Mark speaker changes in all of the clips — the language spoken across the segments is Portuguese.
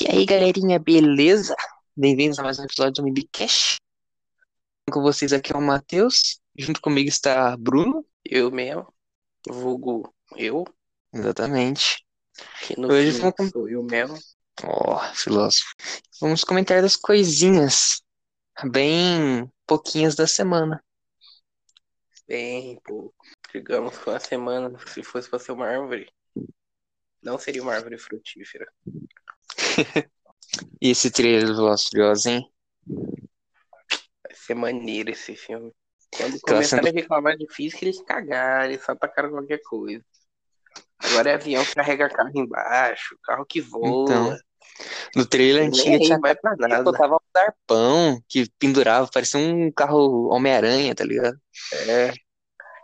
Speaker 1: E aí, galerinha, beleza? Bem-vindos a mais um episódio do MibiCast. Com vocês aqui é o Matheus, junto comigo está Bruno,
Speaker 2: Eu mesmo, vulgo eu,
Speaker 1: exatamente.
Speaker 2: que no
Speaker 1: Hoje
Speaker 2: fim
Speaker 1: vamos-
Speaker 2: sou eu mesmo.
Speaker 1: Ó, filósofo. Vamos comentar das coisinhas, bem pouquinhas da semana.
Speaker 2: Bem, pô, digamos que uma semana, se fosse pra ser uma árvore, não seria uma árvore frutífera.
Speaker 1: E esse trailer do Velozes e Furiosos, hein?
Speaker 2: Vai ser maneiro esse filme. Quando
Speaker 1: Tá
Speaker 2: começaram a reclamar de física, eles cagaram, eles só atacaram qualquer coisa. Agora é avião que carrega carro embaixo, carro que voa.
Speaker 1: No trailer
Speaker 2: Nem
Speaker 1: antigo Então, tinha
Speaker 2: aí vai pra
Speaker 1: cara que
Speaker 2: nada.
Speaker 1: botava um arpão que pendurava, parecia um carro Homem-Aranha, tá ligado?
Speaker 2: É.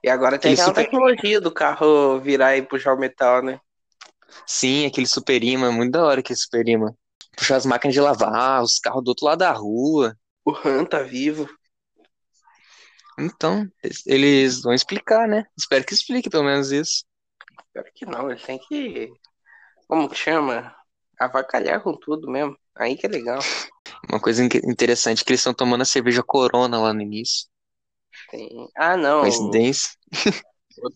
Speaker 2: E agora tem
Speaker 1: Aquele
Speaker 2: aquela
Speaker 1: super-
Speaker 2: tecnologia do carro virar e puxar o metal, né?
Speaker 1: Sim, aquele super imã, muito da hora aquele super imã. Puxar as máquinas de lavar, os carros do outro lado da rua.
Speaker 2: O Han tá vivo.
Speaker 1: Então, eles- eles vão explicar, né? Espero que explique pelo menos isso.
Speaker 2: Pior que não, ele tem que. Como que chama? Avacalhar com tudo mesmo. Aí que é legal.
Speaker 1: Uma coisa in- interessante é que eles estão tomando a cerveja Corona lá no início.
Speaker 2: Tem- Ah, não. O
Speaker 1: Coincidência.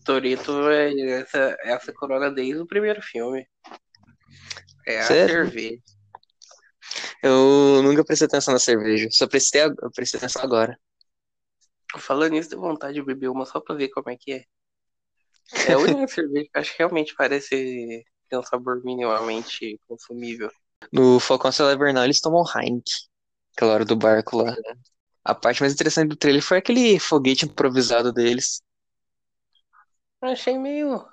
Speaker 2: Torito é essa, essa corona desde o primeiro filme. É a
Speaker 1: Sério?
Speaker 2: cerveja.
Speaker 1: Eu nunca prestei atenção na cerveja, só prestei, ag- eu prestei atenção agora.
Speaker 2: Falando nisso, deu vontade de beber uma só pra ver como é que é. É a única cerveja que eu acho que realmente parece ter um sabor minimamente consumível.
Speaker 1: No Falcão Celebernal eles tomam Heineken, aquela hora do barco lá. A parte mais interessante do trailer foi aquele foguete improvisado deles.
Speaker 2: Eu achei meio.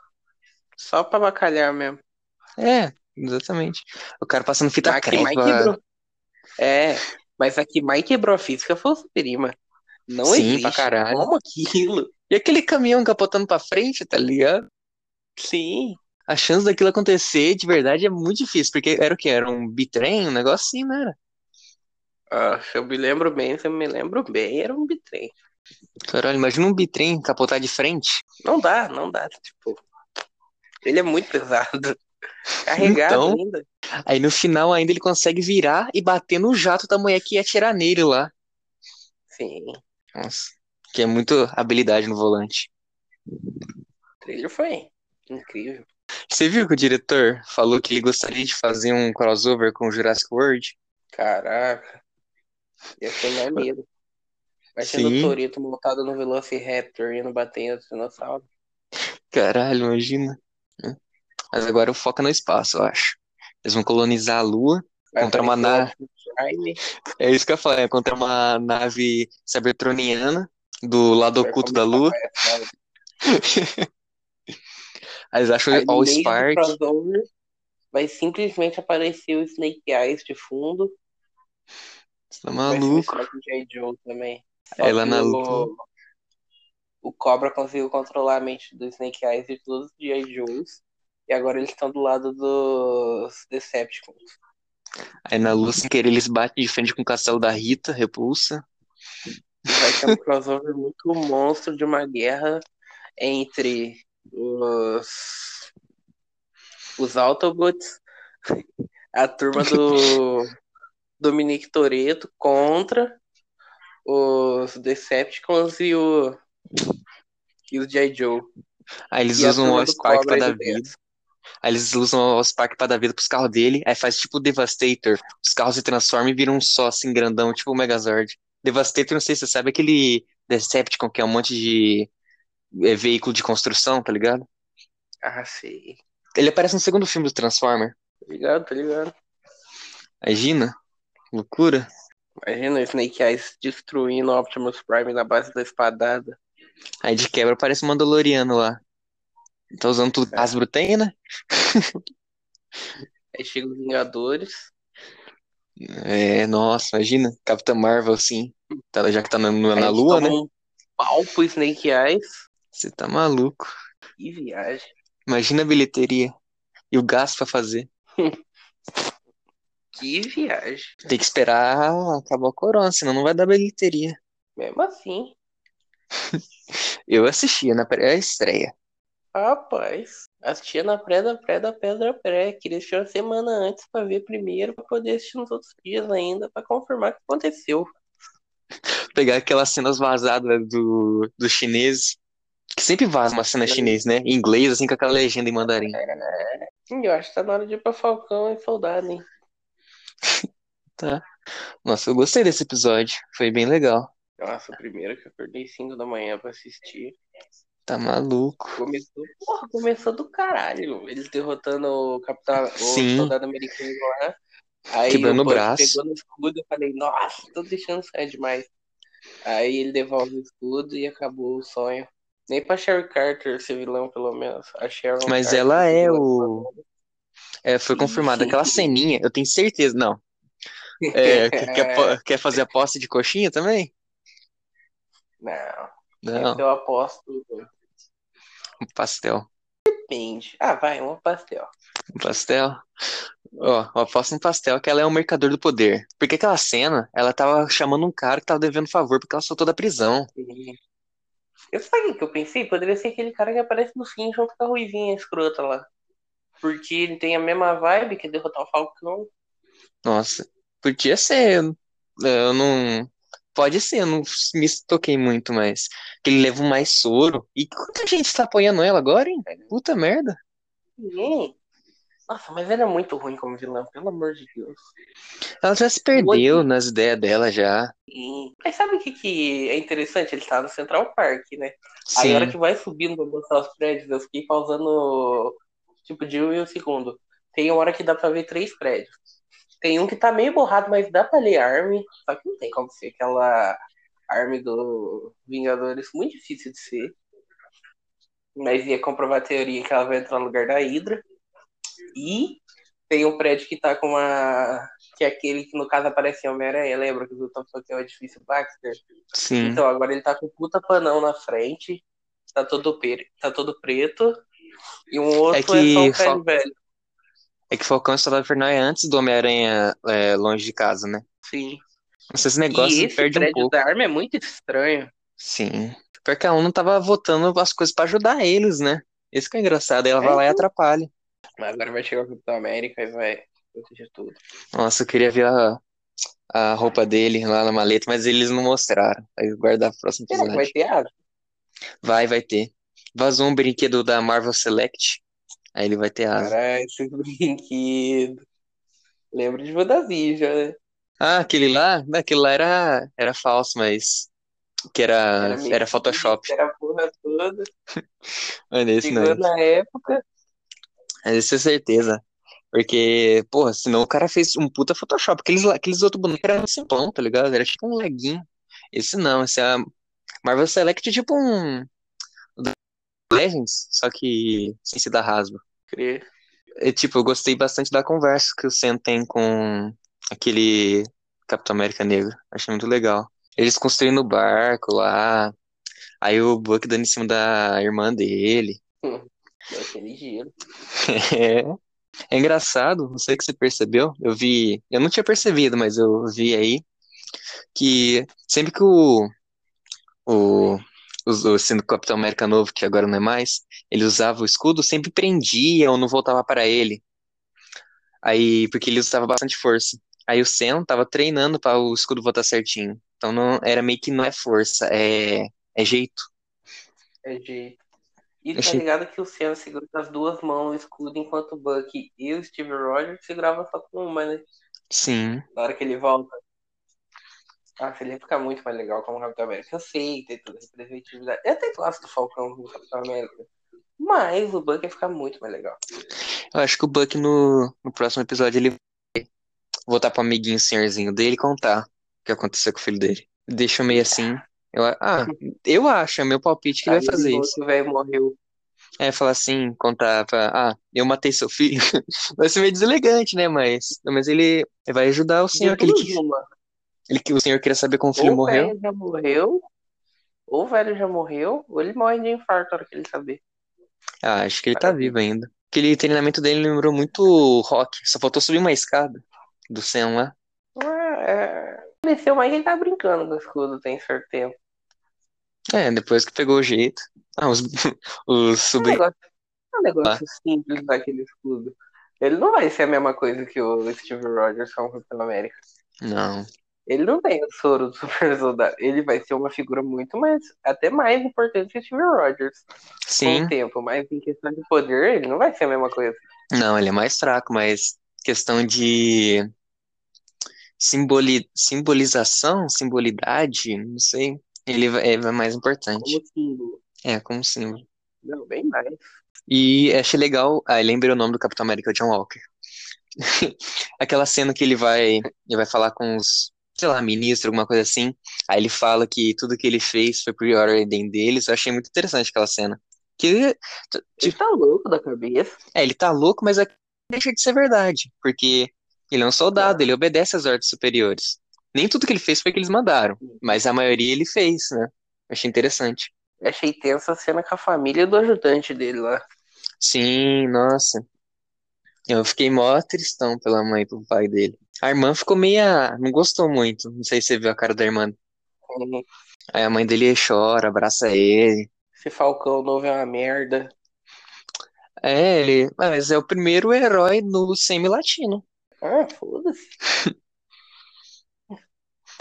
Speaker 2: Só pra avacalhar mesmo.
Speaker 1: É, exatamente. O cara passando fita
Speaker 2: A que mais
Speaker 1: crepe lá.
Speaker 2: quebrou. É, mas a que mais quebrou a física foi o Superima. Não
Speaker 1: Sim,
Speaker 2: existe.
Speaker 1: pra caralho.
Speaker 2: Como aquilo?
Speaker 1: E aquele caminhão capotando pra frente, tá ligado?
Speaker 2: Sim.
Speaker 1: A chance daquilo acontecer de verdade é muito difícil, porque era o quê? Era um bitrem, um negócio assim, não era?
Speaker 2: Ah, se eu me lembro bem, se eu me lembro bem, era um bitrem.
Speaker 1: Caralho, imagina um bitrem capotar de frente.
Speaker 2: Não dá, não dá. Tipo, ele é muito pesado. Carregado
Speaker 1: Então?
Speaker 2: ainda.
Speaker 1: Aí no final ainda ele consegue virar e bater no jato da mulher que ia atirar nele lá.
Speaker 2: Sim. O
Speaker 1: Nossa, que é muito habilidade no volante.
Speaker 2: trailer foi incrível.
Speaker 1: Você viu que o diretor falou que ele gostaria de fazer um crossover com o Jurassic World?
Speaker 2: Caraca. Ia ser maneiro. Imagina
Speaker 1: Sim.
Speaker 2: o Torito montado no Velociraptor indo batendo no dinossauro.
Speaker 1: Caralho, imagina. Hum. Mas agora o foco é no espaço, eu acho. Eles vão colonizar a Lua.
Speaker 2: Vai
Speaker 1: Contra uma
Speaker 2: aparecer o Oppenheimer,
Speaker 1: É isso que eu falei, é contra uma nave cybertroniana do lado
Speaker 2: vai
Speaker 1: oculto da
Speaker 2: começar
Speaker 1: Lua.
Speaker 2: com essa-
Speaker 1: Aí Eles acham
Speaker 2: Aí, no
Speaker 1: All
Speaker 2: meio do
Speaker 1: Spark.
Speaker 2: crossover, vai simplesmente aparecer o Snake Eyes de fundo.
Speaker 1: Você tá
Speaker 2: Vai se
Speaker 1: maluco.
Speaker 2: misturar com o J. Joe também. Só
Speaker 1: Aí É, lá
Speaker 2: que
Speaker 1: na
Speaker 2: o-
Speaker 1: luta.
Speaker 2: O Cobra conseguiu controlar a mente do Snake Eyes e de todos os J. Joes. E agora eles estão do lado dos Decepticons.
Speaker 1: Aí na Lua, sem querer, eles batem de frente com o castelo da Rita, repulsa.
Speaker 2: E vai ter um crossover muito monstro de uma guerra entre os, os Autobots, a turma do Dominique Toretto contra os Decepticons e o e os J. Joe.
Speaker 1: Aí eles
Speaker 2: E a
Speaker 1: usam o
Speaker 2: turma
Speaker 1: All
Speaker 2: do
Speaker 1: Spark pra
Speaker 2: Cobra né?
Speaker 1: dar
Speaker 2: e do
Speaker 1: vida.
Speaker 2: Death.
Speaker 1: Aí eles usam o All Spark pra dar vida pros carros dele. Aí faz tipo o Devastator. Os carros se transformam e viram um só, assim, grandão, tipo o Megazord. Devastator, não sei se você sabe, é aquele Decepticon, que é um monte de é, veículo de construção, tá ligado?
Speaker 2: Ah, sei.
Speaker 1: Ele aparece no segundo filme do Transformer.
Speaker 2: Tá ligado, tá ligado.
Speaker 1: Imagina? Loucura.
Speaker 2: Imagina o Snake Eyes destruindo o Optimus Prime na base da espadada.
Speaker 1: Aí de quebra parece um Mandaloriano lá. Tá usando tudo que a Hasbro tem, né?
Speaker 2: Aí chega os Vingadores.
Speaker 1: É, nossa, imagina. Capitã Marvel, assim. Tá- Já que tá na, na
Speaker 2: aí
Speaker 1: lua, né?
Speaker 2: toma Um pau pro Snake Eyes.
Speaker 1: Você tá maluco.
Speaker 2: E viagem.
Speaker 1: Imagina a bilheteria. E o gasto pra fazer.
Speaker 2: Que viagem.
Speaker 1: Tem que esperar acabar a corona, senão não vai dar bilheteria.
Speaker 2: Mesmo assim.
Speaker 1: né? É Eu assistia na pré-estreia.
Speaker 2: Rapaz, assistia na pré da pré da pré da pré. Queria assistir uma semana antes pra ver primeiro, pra poder assistir nos outros dias ainda, pra confirmar o que aconteceu.
Speaker 1: Pegar aquelas cenas vazadas do, do chinês. Que sempre vaza uma cena chinês, né? Em inglês, assim, com aquela legenda em mandarim.
Speaker 2: Sim, eu acho que tá na hora de ir pra Falcão e Soldado, hein?
Speaker 1: Tá. Nossa, eu gostei desse episódio. Foi bem legal.
Speaker 2: Nossa, primeiro que eu acordei 5 da manhã pra assistir.
Speaker 1: Tá maluco.
Speaker 2: Começou, porra, começou do caralho. Eles derrotando o capitão, o
Speaker 1: Sim.
Speaker 2: soldado americano lá. Aí
Speaker 1: Quebrando o
Speaker 2: Buck
Speaker 1: braço.
Speaker 2: pegou no escudo eu falei, nossa, tô deixando sair demais. Aí ele devolve o escudo e acabou o sonho. Nem pra Sherry Carter ser vilão, pelo menos. A Sharon
Speaker 1: Mas
Speaker 2: Carter
Speaker 1: ela
Speaker 2: ser
Speaker 1: é
Speaker 2: vilã.
Speaker 1: o. É, foi confirmado. Aquela ceninha, eu tenho certeza. Não. É, que- quer, po- quer fazer a posse de coxinha também?
Speaker 2: Não,
Speaker 1: Não,
Speaker 2: esse eu aposto.
Speaker 1: um pastel.
Speaker 2: Depende. Ah, vai, um pastel.
Speaker 1: Um pastel. Ó, eu aposto um pastel que ela é um mercador do poder. Porque aquela cena, ela tava chamando um cara que tava devendo favor porque ela soltou da prisão.
Speaker 2: Eu sabe o que eu pensei? Poderia ser aquele cara que aparece no fim junto com a Ruivinha escrota lá. Porque ele tem a mesma vibe que derrotar o Falcão.
Speaker 1: Nossa, podia ser. Eu não. Pode ser, eu não me toquei muito, mas. Que ele leva um mais soro. E quanta gente tá apoiando ela agora, hein?
Speaker 2: É.
Speaker 1: Puta merda.
Speaker 2: Ninguém. Nossa, mas ele é muito ruim como vilão, pelo amor de Deus.
Speaker 1: Ela já se perdeu nas ideias dela já.
Speaker 2: Sim. Mas sabe o que, que é interessante? Ele tá no Central Park, né? Aí a hora
Speaker 1: Sim.
Speaker 2: que vai subindo pra mostrar os prédios, eu fiquei pausando tipo de um e um segundo. Tem uma hora que dá pra ver três prédios. Tem um que tá meio borrado, mas dá pra ler a arme. Só que não tem como ser aquela arme do Vingadores, muito difícil de ser. Mas ia comprovar a teoria que ela vai entrar no lugar da Hydra. E tem um prédio que tá com uma. Que é aquele que no caso aparece em Homem-Aranha, lembra que o Doutor falou que é o edifício Baxter?
Speaker 1: Sim.
Speaker 2: Então, agora ele tá com um puta panão na frente, tá todo, per... tá todo preto, e um outro é,
Speaker 1: É que
Speaker 2: só um
Speaker 1: fal-
Speaker 2: prédio velho.
Speaker 1: É que Falcão e Soldado Invernal é antes do Homem-Aranha é, longe de casa, né?
Speaker 2: Sim.
Speaker 1: Esses
Speaker 2: E
Speaker 1: negócios
Speaker 2: esse
Speaker 1: perdem um
Speaker 2: prédio
Speaker 1: pouco.
Speaker 2: da arma é muito estranho.
Speaker 1: Sim. Porque a Uno tava votando as coisas pra ajudar eles, né? Isso que é engraçado. Aí ela vai lá e atrapalha.
Speaker 2: Mas agora vai chegar o Capitão América e vai proteger tudo.
Speaker 1: Nossa, eu queria ver a, a roupa dele lá na maleta, mas eles não mostraram. Aí eu guardar pro próximo
Speaker 2: Será que vai
Speaker 1: episódio.
Speaker 2: ter asa?
Speaker 1: Vai, vai ter. Vazou um brinquedo da Marvel Select. Aí ele vai ter asa.
Speaker 2: Cara, esse brinquedo. Lembro de Vandavija, né?
Speaker 1: Ah, aquele lá? Não, Aquele lá era, era falso, mas. Que era,
Speaker 2: meio
Speaker 1: Ah, era Photoshop.
Speaker 2: Era a porra toda.
Speaker 1: Mano, esse não é
Speaker 2: Chegou na época.
Speaker 1: Mas isso é certeza. Porque, porra, senão o cara fez um puta Photoshop. Aqueles, lá- aqueles outros bonecos eram simplão, tá ligado? Era tipo um leguinho. Esse não, esse é a Marvel Select é tipo um do Legends, só que sem ser da Hasbro.
Speaker 2: Crer.
Speaker 1: É, tipo, eu gostei bastante da conversa que o Sam tem com aquele Capitão América Negro. Achei muito legal. Eles construindo o barco lá. Aí o Buck dando em cima da irmã dele.
Speaker 2: Deu aquele giro.
Speaker 1: É. É engraçado, não sei o que você percebeu. Eu vi, eu não tinha percebido, mas eu vi aí que sempre que o o os- o sendo Capitão América novo, que agora não é mais, ele usava o escudo, sempre prendia ou não voltava para ele. Aí, porque ele usava bastante força. Aí o Sam tava treinando para o escudo voltar certinho. Então não era meio que não é força, é é jeito.
Speaker 2: É de. E tá
Speaker 1: Achei-
Speaker 2: ligado que o Senna segura com as duas mãos o escudo, enquanto o Buck e o Steve Rogers seguravam só com uma, né?
Speaker 1: Sim.
Speaker 2: Na hora que ele volta. Ah, ele ia ficar muito mais legal como Capitão América. Eu sei, tem toda essa representatividade. Eu até gosto do Falcão como Capitão América. Mas o Buck ia ficar muito mais legal.
Speaker 1: Eu acho que o Buck no, no próximo episódio ele voltar pro amiguinho senhorzinho dele e contar o que aconteceu com o filho dele. Deixa meio assim. Eu, ah, eu acho, é meu palpite que ele
Speaker 2: Aí
Speaker 1: vai fazer
Speaker 2: ele
Speaker 1: isso.
Speaker 2: que o velho morreu.
Speaker 1: É, falar assim, contar pra, ah, eu matei seu filho. Vai ser meio deselegante, né? Mas, mas ele vai ajudar o senhor, que ele,
Speaker 2: Jesus,
Speaker 1: quis-
Speaker 2: mano.
Speaker 1: ele que o senhor queria saber como o filho
Speaker 2: Ou o
Speaker 1: morreu.
Speaker 2: velho já morreu, ou o velho já morreu, ou ele morre de infarto na hora que ele saber.
Speaker 1: Ah, acho que ele tá vivo ainda. Aquele treinamento dele lembrou muito o Rock. Só faltou subir uma escada do Sam lá.
Speaker 2: Ah, é... Pareceu mais que ele tá brincando com o escudo, tem certeza.
Speaker 1: É, depois que pegou o jeito. Não, os, os
Speaker 2: É um
Speaker 1: sub...
Speaker 2: negócio, é um negócio simples daquele escudo. Ele não vai ser a mesma coisa que o Steve Rogers com o Capitão América.
Speaker 1: Não.
Speaker 2: Ele não tem o soro do super soldado. Ele vai ser uma figura muito mais, até mais importante que o Steve Rogers com
Speaker 1: Sim.
Speaker 2: o tempo. Mas em questão de poder, ele não vai ser a mesma coisa.
Speaker 1: Não, ele é mais fraco, mas questão de simboli... simbolização, simbolidade, não sei. Ele é é mais importante.
Speaker 2: Como símbolo.
Speaker 1: É, como símbolo.
Speaker 2: Não, bem mais.
Speaker 1: E achei legal. Ah, lembrei o nome do Capitão América, o John Walker. Aquela cena que ele vai, ele vai falar com os, sei lá, ministro, alguma coisa assim. Aí ele fala que tudo que ele fez foi por ordem deles. Eu achei muito interessante aquela cena. Que, t-
Speaker 2: Ele tá louco da cabeça.
Speaker 1: é, ele tá louco, mas é- deixa de ser verdade, porque ele é um soldado, ele obedece às ordens superiores. Nem tudo que ele fez foi que eles mandaram, mas a maioria ele fez, né? Eu Achei interessante.
Speaker 2: Achei tensa a cena com a família do ajudante dele lá.
Speaker 1: Sim, nossa. Eu fiquei mó tristão pela mãe, e pelo pai dele. A irmã ficou meia. Não gostou muito. Não sei se você viu a cara da irmã.
Speaker 2: É,
Speaker 1: Aí a mãe dele chora, abraça ele.
Speaker 2: Esse Falcão novo é uma merda.
Speaker 1: É, ele. Mas é o primeiro herói no semi-latino.
Speaker 2: Ah, foda-se.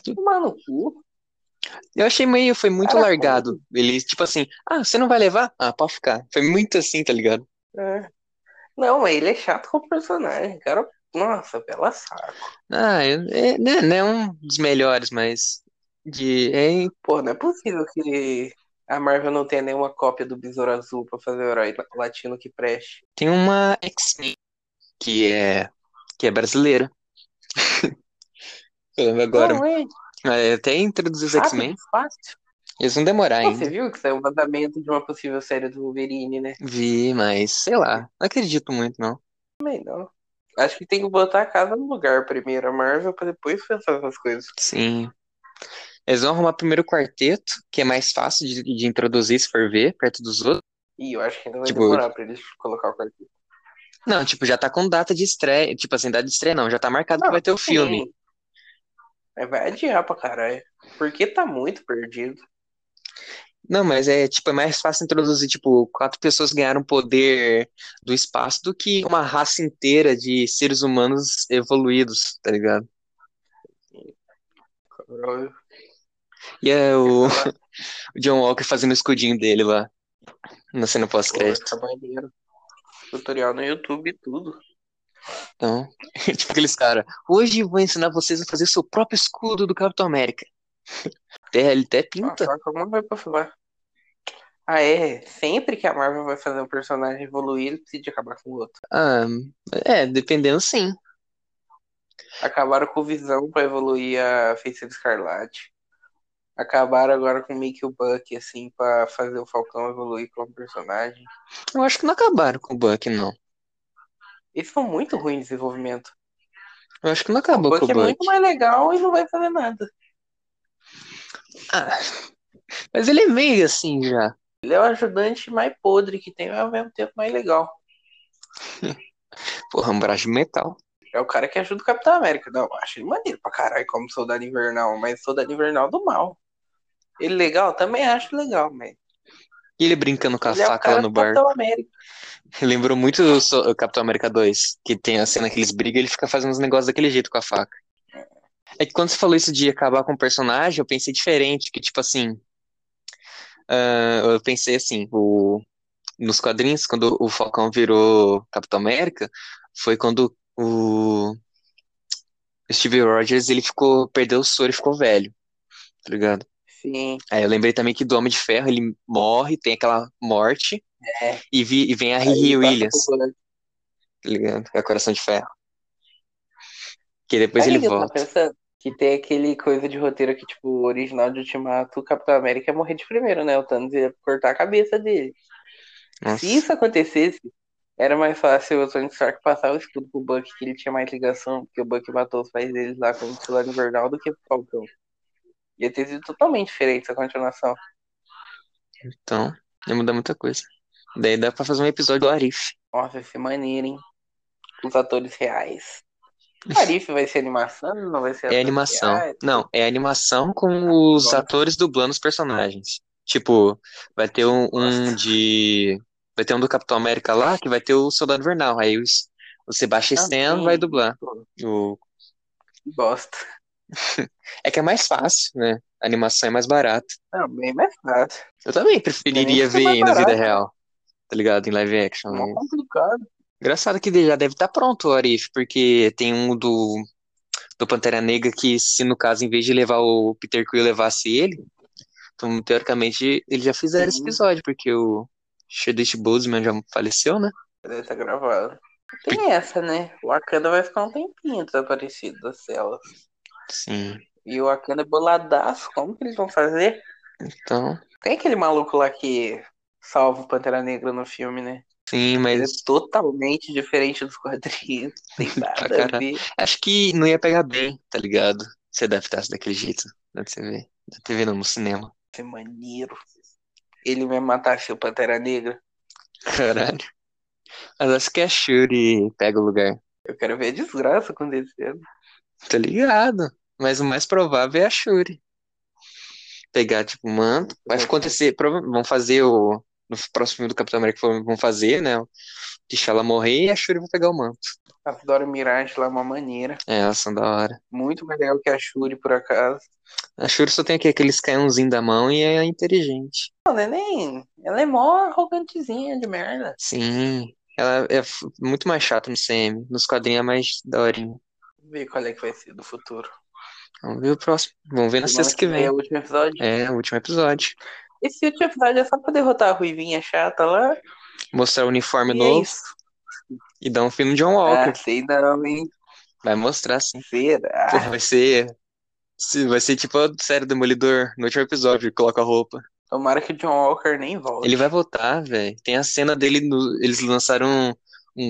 Speaker 2: Tomar no cu.
Speaker 1: Eu achei meio, foi muito
Speaker 2: Cara,
Speaker 1: largado. Ele, tipo assim, ah, você não vai levar? Ah, pode ficar. Foi muito assim, tá ligado?
Speaker 2: É. Não, mas ele é chato como personagem. Cara, nossa, bela saco.
Speaker 1: Ah, é, é, né, não é um dos melhores, mas. De, é,
Speaker 2: Pô, não é possível que a Marvel não tenha nenhuma cópia do Besouro Azul pra fazer o herói latino que preste.
Speaker 1: tem uma X-Men que é, que é brasileira. Eu lembro agora.
Speaker 2: Não, é
Speaker 1: É, Até introduzir os X-Men.
Speaker 2: rápido, fácil.
Speaker 1: Eles vão demorar
Speaker 2: Pô, Você
Speaker 1: ainda.
Speaker 2: viu que saiu um vazamento de uma possível série do Wolverine, né?
Speaker 1: Vi, mas sei lá. Não acredito muito, não.
Speaker 2: Também não. Acho que tem que botar a casa no lugar primeiro, a Marvel, pra depois pensar essas coisas.
Speaker 1: Sim. Eles vão arrumar primeiro o quarteto, que é mais fácil de, de introduzir, se for ver, perto dos outros.
Speaker 2: E eu acho que ainda vai
Speaker 1: Tipo,
Speaker 2: demorar pra eles colocar o quarteto.
Speaker 1: Não, tipo, já tá com data de estreia. Tipo assim, data de estreia não, já tá marcado que
Speaker 2: Não,
Speaker 1: vai ter o filme.
Speaker 2: Sim. Mas Vai adiar pra caralho. Porque tá muito perdido.
Speaker 1: Não, mas é tipo, é mais fácil introduzir, tipo, quatro pessoas ganharam poder do espaço do que uma raça inteira de seres humanos evoluídos, tá ligado?
Speaker 2: Caralho.
Speaker 1: E é o, o
Speaker 2: Sei lá,
Speaker 1: John Walker fazendo o escudinho dele lá, na cena
Speaker 2: pô,
Speaker 1: pós-crédito.
Speaker 2: tá maneiro. Tutorial no YouTube e tudo.
Speaker 1: Então, tipo aqueles caras, hoje vou ensinar vocês a fazer seu próprio escudo do Capitão América. Até, ele até
Speaker 2: Ah,
Speaker 1: pinta.
Speaker 2: só como vai pra filmar? Ah, é. Sempre que a Marvel vai fazer um personagem evoluir, ele precisa acabar com o outro.
Speaker 1: Ah, é, dependendo sim.
Speaker 2: Acabaram com o Visão pra evoluir a Feiticeira Escarlate. Acabaram agora com o Mickey e o Buck, assim, pra fazer o Falcão evoluir como personagem.
Speaker 1: Eu acho que não acabaram com o Buck, não.
Speaker 2: Eles são muito ruins de desenvolvimento.
Speaker 1: Eu acho que não
Speaker 2: O
Speaker 1: acabou com o
Speaker 2: Buck é
Speaker 1: Buck.
Speaker 2: muito mais legal e não vai fazer nada.
Speaker 1: Ah, mas ele é meio assim já.
Speaker 2: Ele é o ajudante mais podre que tem, mas ao mesmo tempo mais legal.
Speaker 1: Porra, um braço de metal.
Speaker 2: É o cara que ajuda o Capitão América. Não, eu acho ele maneiro pra caralho como soldado invernal, mas soldado invernal do mal. Ele legal? Também acho legal, mas
Speaker 1: E ele um brincando com a
Speaker 2: ele é o
Speaker 1: faca lá
Speaker 2: cara
Speaker 1: no
Speaker 2: do
Speaker 1: bar.
Speaker 2: Capitão América.
Speaker 1: Lembrou muito do So- do Capitão América 2, que tem a cena que eles brigam e ele fica fazendo os negócios daquele jeito com a faca. É que quando você falou isso de acabar com o personagem, eu pensei diferente, que tipo assim. ah, eu pensei assim, o, nos quadrinhos, quando o Falcão virou Capitão América, foi quando o Steve Rogers ele ficou, perdeu o soro e ficou velho, tá ligado?
Speaker 2: Sim,
Speaker 1: Aí eu lembrei também que do Homem de Ferro ele morre, tem aquela morte,
Speaker 2: é.
Speaker 1: e, vi- e vem a
Speaker 2: Aí
Speaker 1: Riri
Speaker 2: ele passa
Speaker 1: Williams,
Speaker 2: pro Buck.
Speaker 1: tá ligado? É Coração de Ferro. Que depois
Speaker 2: Sabe
Speaker 1: ele
Speaker 2: o que eu tava
Speaker 1: volta.
Speaker 2: pensando? Que tem aquele coisa de roteiro que, tipo, o original de Ultimato, o Capitão América ia morrer de primeiro, né? O Thanos ia cortar a cabeça dele. Se
Speaker 1: Nossa.
Speaker 2: isso acontecesse, era mais fácil o Tony Stark passar o escudo pro Buck, que ele tinha mais ligação, porque o Buck matou os pais deles lá com o Soldado Invernal do que pro Falcão. Ia ter sido totalmente diferente essa continuação.
Speaker 1: Então, ia mudar muita coisa. Daí dá pra fazer um episódio do Arif.
Speaker 2: Nossa, ia ser maneiro, hein? Os atores reais. Arif vai ser animação? Não vai ser
Speaker 1: É
Speaker 2: atores
Speaker 1: animação.
Speaker 2: reais?
Speaker 1: Não, é animação com os
Speaker 2: ah, Bom.
Speaker 1: atores dublando os personagens. Tipo, vai ter um, um de. Vai ter um do Capitão América lá que vai ter o Soldado Invernal. Aí o, o Sebastian
Speaker 2: Ah,
Speaker 1: Stan
Speaker 2: sim.
Speaker 1: vai dublar. O...
Speaker 2: Que bosta.
Speaker 1: É que é mais fácil, né? A animação é mais barata.
Speaker 2: Não, bem mais fácil.
Speaker 1: Eu também preferiria
Speaker 2: Isso é
Speaker 1: ver
Speaker 2: mais
Speaker 1: aí na vida
Speaker 2: barato.
Speaker 1: real, tá ligado? Em live action.
Speaker 2: Mó complicado.
Speaker 1: Engraçado que já deve estar pronto o Arif, porque tem um do, do Pantera Negra que, se no caso, em vez de levar o Peter Quill, levasse ele, então, teoricamente, eles já fizeram esse
Speaker 2: Sim.
Speaker 1: episódio, porque o Chadwick Boseman já faleceu, né?
Speaker 2: Deve tá gravado. Tem essa, né? O Wakanda vai ficar um tempinho desaparecido da cela.
Speaker 1: Sim.
Speaker 2: E o Wakanda é boladaço. Como que eles vão fazer?
Speaker 1: Então,
Speaker 2: Tem é aquele maluco lá que salva o Pantera Negra no filme, né?
Speaker 1: sim,
Speaker 2: Ele é
Speaker 1: mas
Speaker 2: totalmente diferente dos quadrinhos. Tem nada
Speaker 1: Tá caralho.
Speaker 2: a ver.
Speaker 1: acho que não ia pegar bem, tá ligado? Se adaptasse daquele jeito na TV. Na TV não, no cinema.
Speaker 2: Que é maneiro. Ele vai matar seu Pantera Negra.
Speaker 1: Caralho. Mas acho que é a Shuri pega o lugar.
Speaker 2: Eu quero ver a desgraça acontecendo.
Speaker 1: Tá ligado? Mas o mais provável é a Shuri. Pegar, tipo, o manto. Vai
Speaker 2: É.
Speaker 1: acontecer. prova- Vão fazer o. No próximo filme do Capitão América vão fazer, né? Deixar ela morrer e a Shuri vai pegar o manto.
Speaker 2: A Dora Mirage lá é uma maneira.
Speaker 1: É, elas são da hora.
Speaker 2: Muito melhor que a Shuri, por acaso.
Speaker 1: A Shuri só tem aqui aqueles canhãozinhos da mão e é inteligente.
Speaker 2: Não, não é nem. Ela é mó arrogantezinha de merda.
Speaker 1: Sim. Ela é f- muito mais chata no CM. Nos quadrinhos é mais daorinha.
Speaker 2: Vamos ver qual é que vai ser do futuro.
Speaker 1: Vamos ver o próximo. Vamos ver na
Speaker 2: Semana
Speaker 1: sexta que
Speaker 2: É
Speaker 1: vem.
Speaker 2: o último episódio.
Speaker 1: É, o último episódio.
Speaker 2: Esse último episódio é só pra derrotar a Ruivinha chata lá.
Speaker 1: Mostrar o uniforme
Speaker 2: e é
Speaker 1: novo
Speaker 2: isso.
Speaker 1: e dar um filme de John Walker.
Speaker 2: Ah, sei não, hein?
Speaker 1: Vai mostrar, sim. Pô,
Speaker 2: Será?
Speaker 1: vai ser. se- Vai ser tipo a série Demolidor, no último episódio, ele coloca a roupa.
Speaker 2: Tomara que o John Walker nem volte.
Speaker 1: Ele vai voltar, velho. Tem a cena dele. no- Eles lançaram um,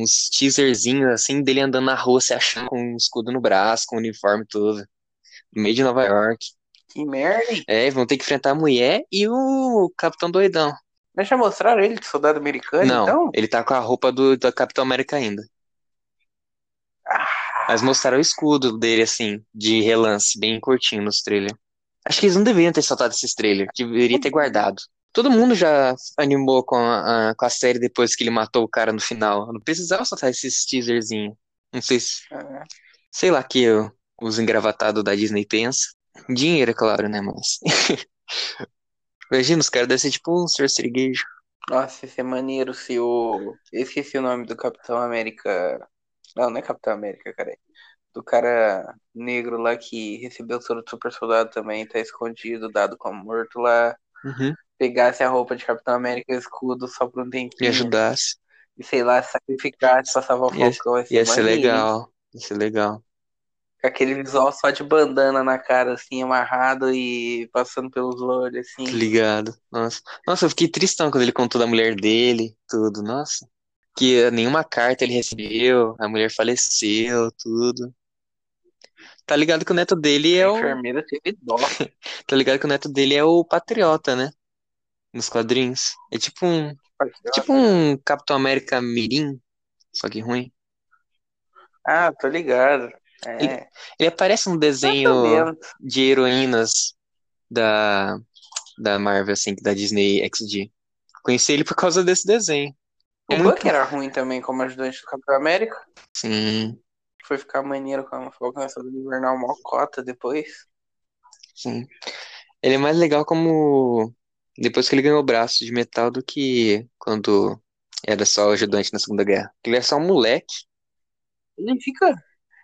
Speaker 1: uns teaserzinhos assim, dele andando na rua, se achando com um escudo no braço, com o uniforme todo. No meio de Nova York.
Speaker 2: Que merda, hein?
Speaker 1: É, vão ter que enfrentar a mulher e o Capitão Doidão.
Speaker 2: Mas já mostraram ele de soldado americano,
Speaker 1: Não,
Speaker 2: então?
Speaker 1: ele tá com a roupa do, do Capitão América ainda. Ah. Mas mostraram o escudo dele, assim, de relance, bem curtinho nos trailers. Acho que eles não deveriam ter saltado esses trailers, deveria ter guardado. Todo mundo já animou com a, a- com a série depois que ele matou o cara no final. Não precisava soltar esses teaserzinhos. Não sei se.
Speaker 2: Ah,
Speaker 1: Sei lá que eu- os engravatados da Disney pensam. Dinheiro, é claro, né, mas. Imagina, os caras devem ser tipo um Sr. Serguejo.
Speaker 2: Nossa, esse é maneiro se o. Eu esqueci o nome do Capitão América. Não, não é Capitão América, cara. Do cara negro lá que recebeu o soro do super soldado também, tá escondido, dado como morto lá.
Speaker 1: Uhum.
Speaker 2: Pegasse a roupa de Capitão América e o escudo só por um
Speaker 1: E
Speaker 2: tempinho.
Speaker 1: ajudasse.
Speaker 2: E sei lá, sacrificasse pra salvar o
Speaker 1: Ia-
Speaker 2: Falcão. Ia,
Speaker 1: Ia ser
Speaker 2: maneiro, hein?
Speaker 1: legal. Ia ser legal.
Speaker 2: Com aquele visual só de bandana na cara, assim, amarrado e passando pelos olhos, assim.
Speaker 1: Tô ligado. Nossa. Nossa, eu fiquei tristão quando ele contou da mulher dele, tudo. Nossa. Que eh, nenhuma carta ele recebeu, a mulher faleceu, tudo. Tá ligado que o neto dele é
Speaker 2: A
Speaker 1: o.
Speaker 2: enfermeira teve dó.
Speaker 1: Tá ligado que o neto dele é o patriota, né? Nos quadrinhos. É tipo um. Tipo um Capitão América Mirim, só que ruim.
Speaker 2: Ah, tô ligado.
Speaker 1: Ele-
Speaker 2: É.
Speaker 1: Ele aparece num
Speaker 2: Mais ou
Speaker 1: desenho
Speaker 2: menos.
Speaker 1: de heroínas da, da Marvel, assim, da Disney XD. Conheci ele por causa desse desenho.
Speaker 2: O
Speaker 1: Muito
Speaker 2: Buck era ruim também como ajudante do Capitão América.
Speaker 1: Sim,
Speaker 2: Foi ficar maneiro com a Falcão essa do Invernal Mocota depois.
Speaker 1: sim. Ele é mais legal como depois que ele ganhou o braço de metal do que quando era só ajudante na Segunda Guerra. Ele é só um moleque.
Speaker 2: Ele fica.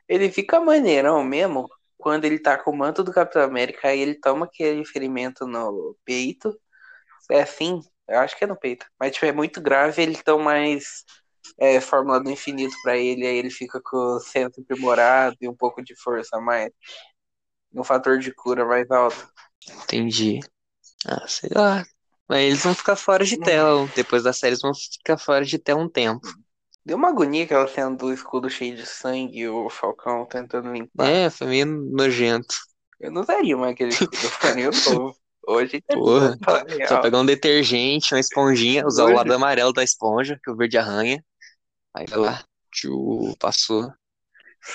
Speaker 2: Ele fica maneirão mesmo quando ele tá com o manto do Capitão América. Aí ele toma aquele ferimento no peito. É assim, eu acho que é no peito. Mas tipo, é muito grave, eles dão mais é, fórmula do infinito pra ele, aí ele fica com o centro primorado e um pouco de força a mais. Um fator de cura mais alto.
Speaker 1: Entendi. Ah, sei lá. Mas eles vão ficar fora de tela. Depois da série, eles vão ficar fora de tela um tempo.
Speaker 2: Deu uma agonia aquela cena do escudo cheio de sangue e o Falcão tentando limpar.
Speaker 1: É, foi meio nojento.
Speaker 2: Eu não usaria mais aquele escudo, eu faria o novo. Hoje é
Speaker 1: Porra.
Speaker 2: tá
Speaker 1: Só
Speaker 2: real.
Speaker 1: pegar um detergente, uma esponjinha, usar o
Speaker 2: Nojo.
Speaker 1: lado amarelo da esponja, que o verde arranha. Aí vai lá. Tchu, passou.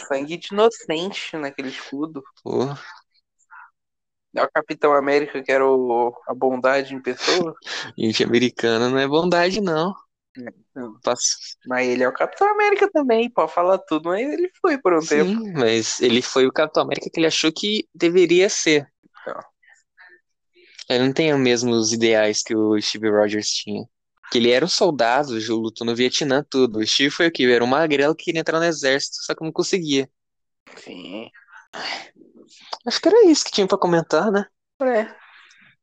Speaker 2: sangue de inocente naquele escudo.
Speaker 1: Porra.
Speaker 2: É o Capitão América que era o- a bondade em pessoa,
Speaker 1: Gente, americana não é bondade, não.
Speaker 2: não.
Speaker 1: Passa-
Speaker 2: mas ele é o Capitão América também, pode falar tudo, mas ele foi por um tempo.
Speaker 1: Sim, mas ele foi o Capitão América que ele achou que deveria ser.
Speaker 2: Tá.
Speaker 1: Ele não tem os mesmos ideais que o Steve Rogers tinha. Que ele era um soldado, ju- lutou no Vietnã, tudo. O Steve foi o quê? Era um magrelo que queria entrar no exército, só que não conseguia.
Speaker 2: Sim.
Speaker 1: Acho que era isso que tinha pra comentar, né?
Speaker 2: É.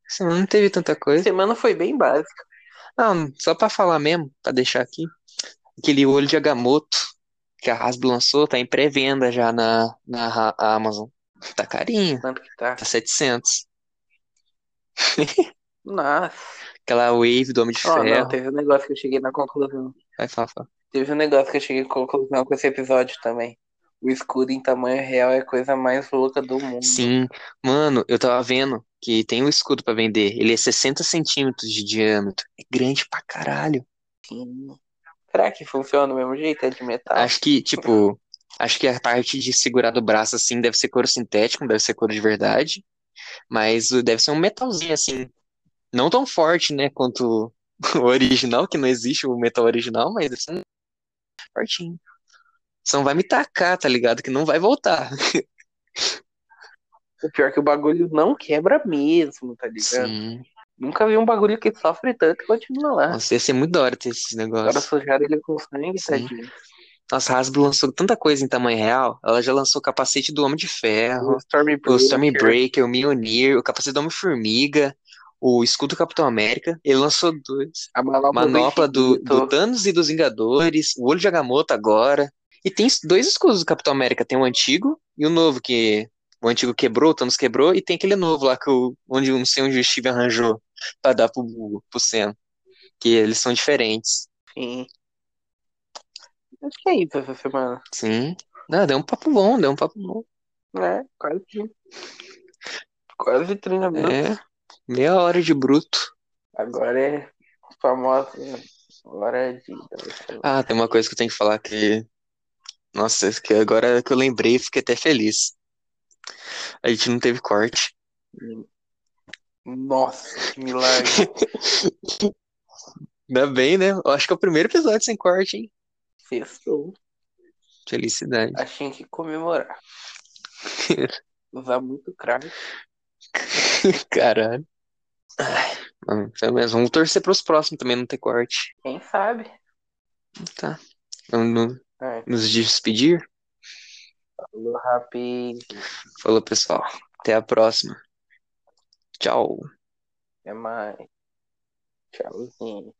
Speaker 1: Assim, Não teve tanta coisa.
Speaker 2: Semana foi bem básica.
Speaker 1: Não, só pra falar mesmo, pra deixar aqui. Aquele olho de Agamotto que a Hasbro lançou, tá em pré-venda já na, na Ra- Amazon. Tá carinho,
Speaker 2: Tanto que tá.
Speaker 1: tá 700.
Speaker 2: Nossa.
Speaker 1: Aquela wave do Homem de
Speaker 2: Ó, não,
Speaker 1: Ferro.
Speaker 2: teve um negócio que eu cheguei na conclusão.
Speaker 1: Vai, fala, fala.
Speaker 2: Teve um negócio que eu cheguei na conclusão com esse episódio também. O escudo em tamanho real é a coisa mais louca do mundo.
Speaker 1: Sim, mano, eu tava vendo que tem um escudo pra vender. Ele é 60 centímetros de diâmetro. É grande pra caralho.
Speaker 2: Sim. Será que funciona do mesmo jeito? É de metal?
Speaker 1: Acho que, tipo, acho que a parte de segurar do braço assim deve ser couro sintético, não deve ser couro de verdade. Mas uh, deve ser um metalzinho assim. Não tão forte, né, quanto o original, que não existe o metal original, mas deve ser um fortinho. Só não vai me tacar, tá ligado? Que não vai voltar. tá
Speaker 2: O pior é que o bagulho não quebra mesmo, tá ligado?
Speaker 1: Sim.
Speaker 2: Nunca vi um bagulho que sofre tanto e continua lá.
Speaker 1: Nossa, ia ser muito da hora ter esses
Speaker 2: Agora
Speaker 1: negócios.
Speaker 2: sujaram ele com sangue,
Speaker 1: Sim.
Speaker 2: tadinho.
Speaker 1: Nossa, a Hasbro lançou tanta coisa em tamanho real. Ela já lançou o capacete do Homem de
Speaker 2: O
Speaker 1: Ferro, o
Speaker 2: Stormbreaker.
Speaker 1: Stormbreaker, o Mjolnir, o capacete do Homem-Formiga, o escudo do Capitão América. Ele lançou dois.
Speaker 2: A manopla,
Speaker 1: Manopla do,
Speaker 2: infinito.
Speaker 1: do Thanos e dos Vingadores, o Olho de Agamotto agora. E tem es- dois escudos do Capitão América. Tem o antigo e o novo, que o antigo quebrou, o Thanos quebrou. E tem aquele novo lá, que o, onde eu não sei onde o Steve arranjou pra dar pro, pro Sam. Que eles são diferentes.
Speaker 2: Sim. Acho que é isso essa semana.
Speaker 1: Sim. Não, deu um papo bom, deu um papo bom.
Speaker 2: É, quase. Quase 30 minutos.
Speaker 1: É, meia hora de bruto.
Speaker 2: Agora é famosa né? é hora de.
Speaker 1: Ah, tem uma coisa que eu tenho que falar que. Nossa, que agora que eu lembrei, fiquei até feliz. A gente não teve corte.
Speaker 2: Nossa, que milagre.
Speaker 1: Ainda bem, né? Eu acho que é o primeiro episódio sem corte, hein?
Speaker 2: Sextou.
Speaker 1: Felicidade.
Speaker 2: A gente tem que comemorar. Usar muito crack.
Speaker 1: Caralho. Ai, mano, pelo menos vamos torcer pros próximos também não ter corte.
Speaker 2: Quem sabe?
Speaker 1: Tá. Vamos no-
Speaker 2: É,
Speaker 1: nos despedir.
Speaker 2: falou rapidinho.
Speaker 1: Falou, pessoal. Até a próxima. Tchau.
Speaker 2: Até mais. Tchauzinho.